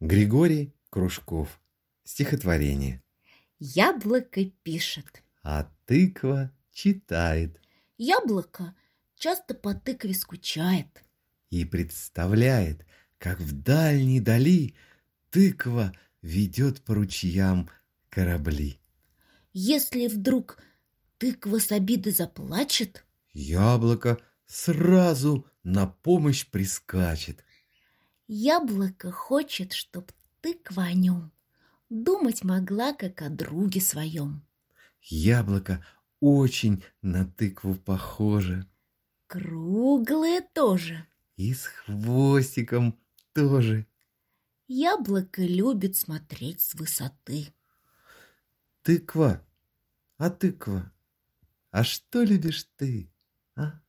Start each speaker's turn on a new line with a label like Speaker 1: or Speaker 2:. Speaker 1: Григорий Кружков. Стихотворение.
Speaker 2: Яблоко пишет.
Speaker 1: А тыква читает
Speaker 2: Яблоко часто по тыкве скучает.
Speaker 1: и представляет, как в дальней дали тыква ведет по ручьям корабли.
Speaker 2: Если вдруг тыква с обиды заплачет,
Speaker 1: Яблоко сразу на помощь прискачет.
Speaker 2: яблоко хочет, чтоб тыква о нем думать могла, как о друге своем.
Speaker 1: Яблоко очень на тыкву похоже.
Speaker 2: Круглое тоже.
Speaker 1: И с хвостиком тоже.
Speaker 2: Яблоко любит смотреть с высоты.
Speaker 1: Тыква, а тыква, а что любишь ты? А?